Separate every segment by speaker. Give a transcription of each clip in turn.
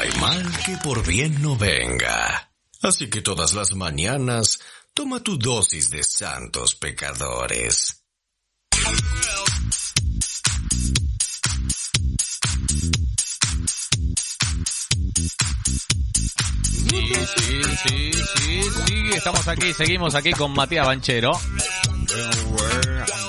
Speaker 1: hay mal que por bien no venga. Así que todas las mañanas toma tu dosis de santos pecadores.
Speaker 2: Sí, sí, sí, sí, estamos aquí, seguimos aquí con Matías Banchero.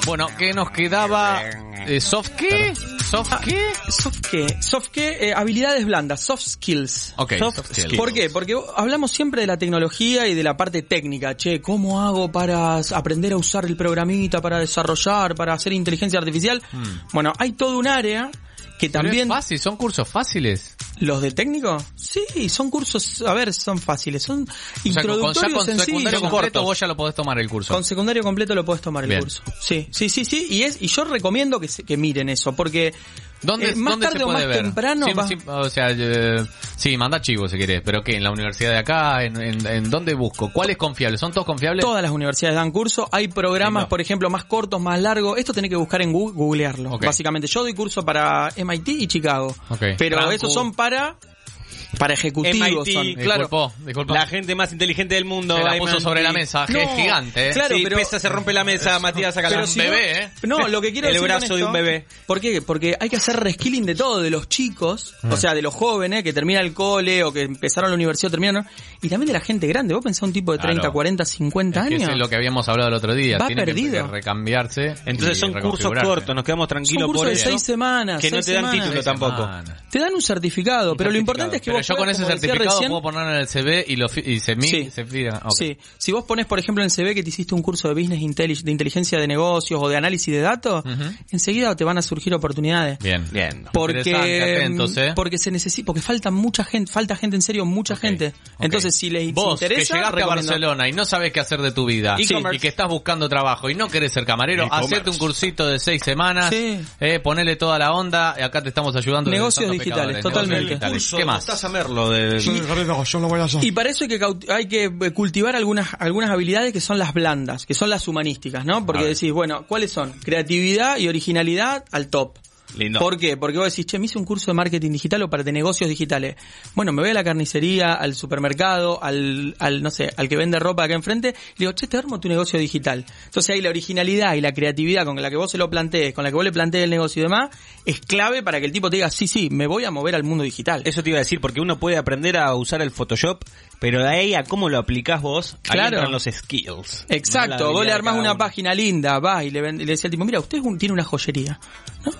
Speaker 2: Bueno, ¿qué nos quedaba? Eh, ¿Soft qué? ¿Soft qué?
Speaker 3: Soft que, soft que, eh, habilidades blandas, soft skills.
Speaker 2: Ok,
Speaker 3: Soft
Speaker 2: soft skills.
Speaker 3: ¿Por qué? Porque hablamos siempre de la tecnología y de la parte técnica. Che, ¿cómo hago para aprender a usar el programita, para desarrollar, para hacer inteligencia artificial?
Speaker 2: Hmm.
Speaker 3: Bueno, hay todo un área que
Speaker 2: Pero
Speaker 3: también...
Speaker 2: es fácil, son cursos fáciles.
Speaker 3: ¿Los de técnico? Sí, son cursos, a ver, son fáciles, son
Speaker 2: O sea, con, con- ya
Speaker 3: introductorios
Speaker 2: con secundario
Speaker 3: sencillos, son
Speaker 2: completo
Speaker 3: cortos.
Speaker 2: vos ya lo podés tomar el curso.
Speaker 3: Con secundario completo lo puedes tomar el
Speaker 2: Bien.
Speaker 3: curso. Sí, sí, sí, sí. Y es, y yo recomiendo que, se- que miren eso, porque
Speaker 2: ¿Dónde,
Speaker 3: eh, más
Speaker 2: dónde
Speaker 3: tarde
Speaker 2: se
Speaker 3: o
Speaker 2: puede
Speaker 3: más
Speaker 2: ver?
Speaker 3: temprano
Speaker 2: Sí,
Speaker 3: vas-
Speaker 2: sí, o sea, eh, sí, manda chivo si querés, pero ¿qué? ¿En la universidad de acá? ¿En, en, en dónde busco? ¿Cuál es confiable? ¿Son todos confiables?
Speaker 3: todas las universidades dan curso. Hay programas,
Speaker 2: Lindo.
Speaker 3: por ejemplo, más cortos, más largos. Esto tenés que buscar en Google, googlearlo.
Speaker 2: Ok.
Speaker 3: Básicamente, yo doy curso para MIT y Chicago.
Speaker 2: Ok.
Speaker 3: Pero
Speaker 4: Branco.
Speaker 3: esos son para, para ejecutivos.
Speaker 4: MIT,
Speaker 3: son.
Speaker 4: eh,
Speaker 3: claro.
Speaker 2: Disculpo, disculpa.
Speaker 4: La gente más inteligente del mundo.
Speaker 2: se la
Speaker 4: Ayman.
Speaker 2: puso sobre la mesa, que es
Speaker 3: No,
Speaker 2: gigante, ¿eh?
Speaker 3: claro.
Speaker 4: Sí,
Speaker 3: pero-
Speaker 4: pesa, se rompe la mesa, Matías, saca
Speaker 2: pero
Speaker 4: la-
Speaker 2: si- bebé, ¿eh?
Speaker 3: No, lo que quiero
Speaker 4: El
Speaker 3: decir con
Speaker 4: brazo de
Speaker 3: esto-
Speaker 4: un bebé.
Speaker 3: ¿Por qué? Porque hay que hacer reskilling de todo, de los chicos, o sea, de los jóvenes que terminan el cole o que empezaron la universidad, terminaron, y también de la gente grande. Vos pensás un tipo de 30,
Speaker 2: Claro.
Speaker 3: 40, 50
Speaker 2: Es que
Speaker 3: años.
Speaker 2: eso es lo que habíamos hablado el otro día.
Speaker 3: Va
Speaker 2: Tiene que
Speaker 3: perdido.
Speaker 2: recambiarse.
Speaker 4: Entonces
Speaker 2: y
Speaker 4: son cursos
Speaker 2: reconfigurarse.
Speaker 4: cortos, nos quedamos
Speaker 3: Es un
Speaker 4: tranquilos
Speaker 3: curso
Speaker 4: por
Speaker 3: de
Speaker 4: eso.
Speaker 3: seis semanas.
Speaker 4: que no
Speaker 3: seis
Speaker 4: te dan
Speaker 3: semanas.
Speaker 4: título
Speaker 2: Seis
Speaker 4: tampoco.
Speaker 2: semanas.
Speaker 3: Te dan un certificado, pero lo importante es que
Speaker 2: Pero
Speaker 3: vos
Speaker 2: yo con
Speaker 3: puedas,
Speaker 2: ese
Speaker 3: como decía
Speaker 2: certificado
Speaker 3: recién,
Speaker 2: puedo poner en el CV y, lo, fi- y se mide.
Speaker 3: Sí.
Speaker 2: se fija. Ok.
Speaker 3: Sí, si vos pones, por ejemplo, en el CV que te hiciste un curso de business intellig- de inteligencia de negocios o de análisis de datos,
Speaker 2: Ujú.
Speaker 3: enseguida te van a surgir oportunidades.
Speaker 2: Bien.
Speaker 4: Bien.
Speaker 3: porque mm,
Speaker 2: Interesante, atentos, ¿eh?
Speaker 3: porque se necesita porque falta mucha gente falta gente en serio mucha
Speaker 2: Ok,
Speaker 3: gente
Speaker 2: ok.
Speaker 3: entonces si les
Speaker 2: Vos,
Speaker 3: si interesa
Speaker 2: que llegaste a
Speaker 3: recomiendo.
Speaker 2: Barcelona y no sabes qué hacer de tu vida
Speaker 3: Sí.
Speaker 2: y que estás buscando trabajo y no querés ser camarero, hacete un cursito de seis semanas,
Speaker 3: Sí.
Speaker 2: eh, ponele toda la onda, y acá te estamos ayudando. desde
Speaker 3: Negocios
Speaker 2: Santos
Speaker 3: digitales,
Speaker 2: Pecadores,
Speaker 3: totalmente.
Speaker 2: negocios digitales.
Speaker 4: Curso,
Speaker 2: ¿Qué más?
Speaker 4: Estás a Merlo de...
Speaker 3: y para eso hay que caut- hay que eh, cultivar algunas algunas habilidades que son las blandas que son las humanísticas no porque decís bueno cuáles son creatividad y originalidad al top
Speaker 4: Lindo.
Speaker 3: ¿Por qué? Porque vos decís, che, me hice un curso de marketing digital o para de negocios digitales. Bueno, me voy a la carnicería, al supermercado, al, al, no sé, al que vende ropa acá enfrente, y digo, che, te armo tu negocio digital. Entonces ahí la originalidad y la creatividad con la que vos se lo plantees, con la que vos le plantees el negocio y demás, es clave para que el tipo te diga, sí, sí, me voy a mover al mundo digital.
Speaker 4: Eso te iba a decir, porque uno puede aprender a usar el Photoshop, pero de ahí a cómo lo aplicás vos, ahí
Speaker 3: Claro.
Speaker 4: entran los skills. No
Speaker 3: Exacto,
Speaker 4: la
Speaker 3: vos le
Speaker 4: habilidad de
Speaker 3: armás
Speaker 4: cada
Speaker 3: una
Speaker 4: uno.
Speaker 3: página linda, vas y le, ven- y le decís al tipo, mira, usted es un- tiene una joyería, ¿no?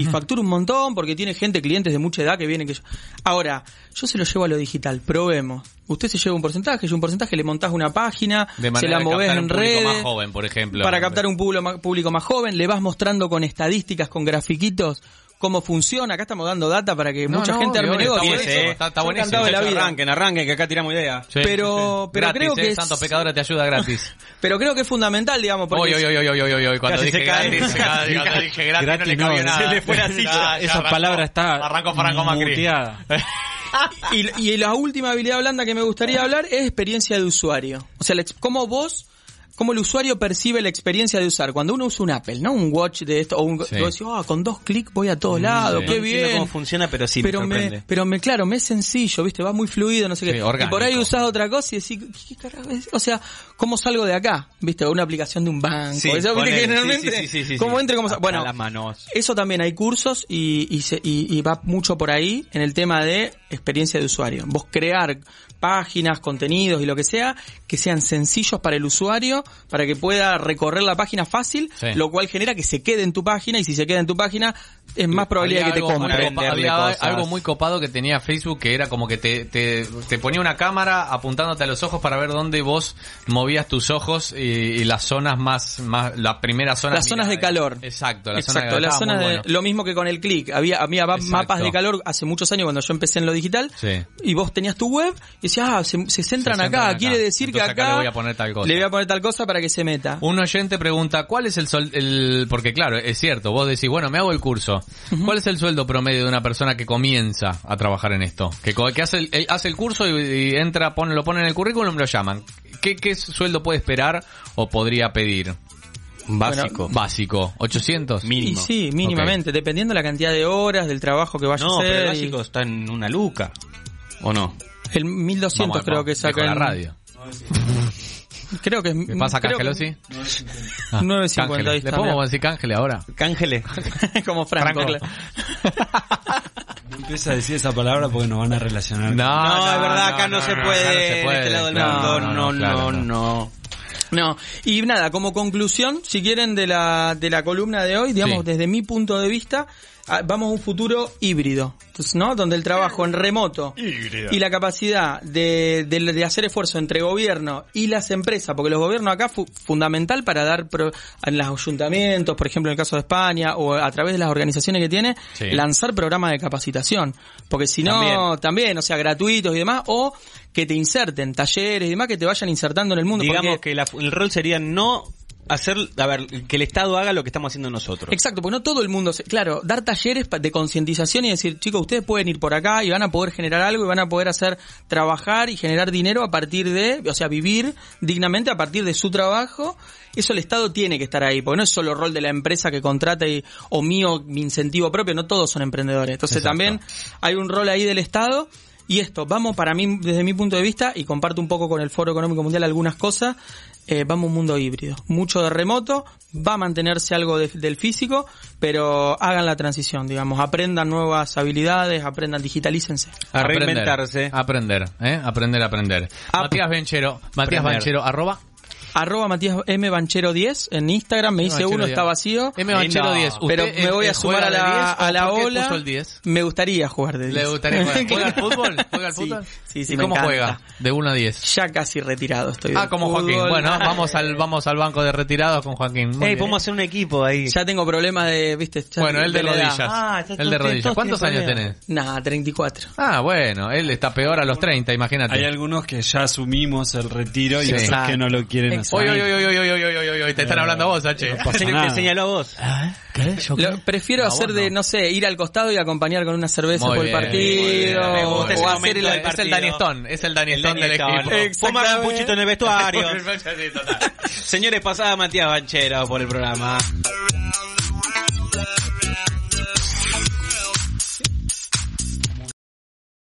Speaker 3: Y factura un montón porque tiene gente, clientes de mucha edad que vienen que yo. Ahora, yo se lo llevo a lo digital, probemos. Usted se lleva un porcentaje, yo un porcentaje, le montás una página,
Speaker 2: De
Speaker 3: se
Speaker 2: manera
Speaker 3: la
Speaker 2: de
Speaker 3: movés
Speaker 2: captar
Speaker 3: en
Speaker 2: un público
Speaker 3: redes.
Speaker 2: más joven, por ejemplo.
Speaker 3: Para captar un público más, público más joven, le vas mostrando con estadísticas, con grafiquitos, cómo funciona. Acá estamos dando data para que
Speaker 2: No,
Speaker 3: mucha
Speaker 2: no,
Speaker 3: gente
Speaker 2: obvio,
Speaker 3: arme
Speaker 2: obvio, está
Speaker 3: negocio.
Speaker 2: buenísimo,
Speaker 3: Yo
Speaker 2: está- está buenísimo.
Speaker 3: encantado de la
Speaker 4: Muchachos,
Speaker 3: vida.
Speaker 4: ¿eh? Arranquen, arranquen, que acá tiramos ideas.
Speaker 2: Sí,
Speaker 3: pero- pero
Speaker 2: Gratis,
Speaker 3: creo
Speaker 2: eh,
Speaker 3: que es-
Speaker 2: Santos Pecadores te ayuda gratis.
Speaker 3: Pero creo que es fundamental, digamos,
Speaker 2: Hoy,
Speaker 3: porque
Speaker 2: hoy, hoy, hoy, hoy, hoy, hoy, cuando
Speaker 4: Casi
Speaker 2: dije
Speaker 4: se cae.
Speaker 2: gratis,
Speaker 4: Casi
Speaker 2: cuando
Speaker 4: cae.
Speaker 2: dije gratis,
Speaker 5: Gratis
Speaker 2: no le cambió
Speaker 5: no,
Speaker 2: nada.
Speaker 4: se le fue la
Speaker 2: Ya,
Speaker 4: silla.
Speaker 2: ya
Speaker 5: Esa
Speaker 2: arrancó-
Speaker 5: palabra está
Speaker 2: Arrancó Franco Macri.
Speaker 5: muteada.
Speaker 3: Y, y la última habilidad blanda que me gustaría hablar es experiencia de usuario. O sea, la ex- cómo vos, cómo el usuario percibe la experiencia de usar. Cuando uno usa un Apple, ¿no? Un watch de esto, o un,
Speaker 2: Sí.
Speaker 3: vos decís, "Ah, con dos clics voy a todos lados,
Speaker 2: sí.
Speaker 3: qué
Speaker 4: No entiendo
Speaker 3: bien.
Speaker 4: cómo funciona, pero sí,
Speaker 3: pero
Speaker 4: me sorprende.
Speaker 3: me, pero me, claro, me es sencillo, viste, va muy fluido, no sé
Speaker 2: Sí,
Speaker 3: qué. y
Speaker 2: orgánico.
Speaker 3: por ahí usás otra cosa y decís, "¿Qué carajo es?". o sea, ¿cómo salgo de acá? Viste, una aplicación de un banco.
Speaker 4: Sí,
Speaker 3: Eso, viste
Speaker 4: ponele,
Speaker 3: que
Speaker 4: sí,
Speaker 3: generalmente,
Speaker 4: sí, sí, sí, sí,
Speaker 3: cómo
Speaker 4: sí.
Speaker 3: entra, cómo sa-
Speaker 4: Acá
Speaker 3: Bueno,
Speaker 4: las manos.
Speaker 3: eso también hay cursos y, y, se- y- y va mucho por ahí en el tema de experiencia de usuario. Vos crear páginas, contenidos y lo que sea que sean sencillos para el usuario, para que pueda recorrer la página fácil,
Speaker 2: Sí.
Speaker 3: lo cual genera que se quede en tu página y si se queda en tu página es más probabilidad de
Speaker 2: Había
Speaker 3: que te
Speaker 2: algo muy
Speaker 3: compre.
Speaker 2: copa-
Speaker 4: Venderle
Speaker 2: había
Speaker 4: cosas.
Speaker 2: algo muy copado que tenía Facebook que era como que te, te, te ponía una cámara apuntándote a los ojos para ver dónde vos movías tus ojos y, y las zonas más, más las primeras zonas.
Speaker 3: Las zonas de
Speaker 2: miradas.
Speaker 3: calor.
Speaker 2: Exacto, las
Speaker 3: Exacto,
Speaker 2: zonas de
Speaker 3: las
Speaker 2: calor. Ah,
Speaker 3: zonas de- lo mismo que con el clic. Había, había ma-
Speaker 2: Exacto.
Speaker 3: mapas de calor hace muchos años cuando yo empecé en lo digital.
Speaker 2: Sí.
Speaker 3: Y vos tenías tu web y decías, ah, se, se
Speaker 2: Se
Speaker 3: centran
Speaker 2: centran
Speaker 3: acá.
Speaker 2: acá.
Speaker 3: Quiere decir
Speaker 2: Entonces
Speaker 3: que
Speaker 2: acá
Speaker 3: acá,
Speaker 2: le voy a poner tal cosa.
Speaker 3: le voy a poner tal cosa para que se meta.
Speaker 2: Un oyente pregunta, ¿cuál es el sol, el, porque claro, es cierto, vos decís, bueno, me hago el curso. ¿Cuál es el sueldo promedio de una persona que comienza a trabajar en esto? Que, co- que hace el, eh, hace el curso y, y entra, pone, lo pone en el currículum, lo llaman. ¿Qué, ¿Qué sueldo puede esperar o podría pedir?
Speaker 4: Básico.
Speaker 2: Básico, 800.
Speaker 3: Y
Speaker 4: mínimo.
Speaker 3: sí, mínimamente, dependiendo la cantidad de horas, del trabajo que vaya
Speaker 4: No,
Speaker 3: a hacer.
Speaker 4: pero el
Speaker 3: y-
Speaker 4: básico está en una luca.
Speaker 2: ¿O no?
Speaker 3: El 1200
Speaker 2: Vamos,
Speaker 3: creo
Speaker 2: vamos,
Speaker 3: que saca.
Speaker 2: dejo
Speaker 3: en-
Speaker 2: la radio.
Speaker 3: Creo que es.
Speaker 4: Mm,
Speaker 2: ¿Qué pasa,
Speaker 3: creo que-
Speaker 2: Cángelo, sí? Ah,
Speaker 3: 9.50,
Speaker 2: Cángelo.
Speaker 3: ahí
Speaker 2: ¿Le
Speaker 3: está,
Speaker 2: podemos
Speaker 3: mirá.
Speaker 2: decir Cángele ahora?
Speaker 4: Cángele.
Speaker 3: Como Franco.
Speaker 2: Franco.
Speaker 3: claro.
Speaker 5: No empieza a decir esa palabra porque nos van a relacionar.
Speaker 4: No, es verdad, acá no, se
Speaker 2: acá
Speaker 4: puede.
Speaker 2: Ah, no
Speaker 4: de este lado del
Speaker 2: claro,
Speaker 4: mundo, no, no,
Speaker 2: claro,
Speaker 4: no.
Speaker 3: No, y nada, como conclusión, si quieren, de la, de la columna de hoy, digamos,
Speaker 2: Sí.
Speaker 3: desde mi punto de vista, a- vamos a un futuro híbrido, Entonces, ¿no? Donde el trabajo en remoto y la capacidad de, de- de hacer esfuerzo entre gobierno y las empresas, porque los gobiernos acá fu fundamental para dar pro- a los ayuntamientos, por ejemplo, en el caso de España, o a través de las organizaciones que tiene,
Speaker 2: Sí.
Speaker 3: lanzar programas de capacitación, porque si no, también. o sea, gratuitos y demás, o que te inserten talleres y demás, que te vayan insertando en el mundo.
Speaker 4: Digamos
Speaker 3: porque-
Speaker 4: que la- el rol sería no hacer, a ver, que el Estado haga lo que estamos haciendo nosotros.
Speaker 3: Exacto, porque no todo el mundo, se- claro, dar talleres pa- de concientización y decir, chicos, ustedes pueden ir por acá y van a poder generar algo y van a poder hacer trabajar y generar dinero a partir de, o sea, vivir dignamente a partir de su trabajo. Eso el Estado tiene que estar ahí, porque no es solo rol de la empresa que contrata y, o mío, mi incentivo propio, no todos son emprendedores. Entonces también hay un rol ahí del Estado. Y esto, vamos para mí, desde mi punto de vista, y comparto un poco con el Foro Económico Mundial algunas cosas, eh, vamos a un mundo híbrido. Mucho de remoto, va a mantenerse algo de- del físico, pero hagan la transición, digamos, aprendan nuevas habilidades, aprendan, digitalícense.
Speaker 4: A
Speaker 2: Aprender,
Speaker 4: reinventarse.
Speaker 2: Aprender, ¿eh? Aprender, aprender.
Speaker 4: Ap-
Speaker 2: Matías Benchero, Matías
Speaker 4: Aprender.
Speaker 2: Banchero, arroba.
Speaker 3: Arroba Matías M. Banchero 10 en Instagram, me dice
Speaker 2: Banchero
Speaker 3: uno,
Speaker 2: 10.
Speaker 3: está vacío.
Speaker 2: M. Banchero
Speaker 4: No,
Speaker 2: 10.
Speaker 3: Pero
Speaker 2: ¿Usted,
Speaker 3: me voy
Speaker 2: eh,
Speaker 3: a sumar
Speaker 2: juega
Speaker 3: a
Speaker 2: de 10
Speaker 3: la,
Speaker 2: o
Speaker 3: a la
Speaker 2: por qué
Speaker 3: ola.
Speaker 2: puso el 10?
Speaker 3: Me gustaría jugar de 10.
Speaker 2: ¿Le gustaría jugar? ¿Juega al fútbol? ¿Juega al
Speaker 3: Sí,
Speaker 2: fútbol?
Speaker 3: sí, sí,
Speaker 2: ¿Y
Speaker 3: me
Speaker 2: cómo
Speaker 3: encanta.
Speaker 2: juega? De 1 a 10.
Speaker 3: Ya casi retirado estoy.
Speaker 2: Ah,
Speaker 3: del
Speaker 2: como Joaquín.
Speaker 3: fútbol.
Speaker 2: Bueno, vamos al, vamos al banco de retirados con Joaquín. Muy
Speaker 4: Ey,
Speaker 2: bien.
Speaker 4: podemos hacer un equipo ahí.
Speaker 3: Ya tengo problemas de, viste, ya
Speaker 2: Bueno, él de
Speaker 3: la edad.
Speaker 2: rodillas.
Speaker 4: Ah, está-
Speaker 2: el de
Speaker 4: todos-
Speaker 2: rodillas.
Speaker 4: todos
Speaker 2: ¿Cuántos
Speaker 4: tienen
Speaker 2: años
Speaker 4: problemas.
Speaker 2: tenés?
Speaker 3: Nada, 34.
Speaker 2: Ah, bueno, él está peor a los 30, imagínate.
Speaker 5: Hay algunos que ya asumimos el retiro y
Speaker 2: Sí.
Speaker 5: otros que no lo quieren
Speaker 3: Exacto.
Speaker 5: hacer.
Speaker 2: Oye, oye, oye, oye, oye, oye, oye, te están hablando a vos, H.
Speaker 5: pasa
Speaker 4: Te- Ah,
Speaker 5: nada.
Speaker 4: Te señaló a vos.
Speaker 3: Lo- prefiero hacer de, no sé, ir al costado y acompañar con una cerveza
Speaker 2: Muy
Speaker 3: por el
Speaker 2: bien, muy bien.
Speaker 3: partido.
Speaker 4: Me
Speaker 3: O
Speaker 4: gusta ese
Speaker 3: hacer
Speaker 4: momento
Speaker 3: el,
Speaker 4: del
Speaker 2: es el
Speaker 4: partido.
Speaker 2: Dani Stone, es el Dani
Speaker 4: El
Speaker 2: Stone del
Speaker 4: Dani
Speaker 2: equipo.
Speaker 4: Stone. Fumar un puchito en el vestuario.
Speaker 2: Sí, total.
Speaker 4: Señores, pasaba Matías Banchero por el programa.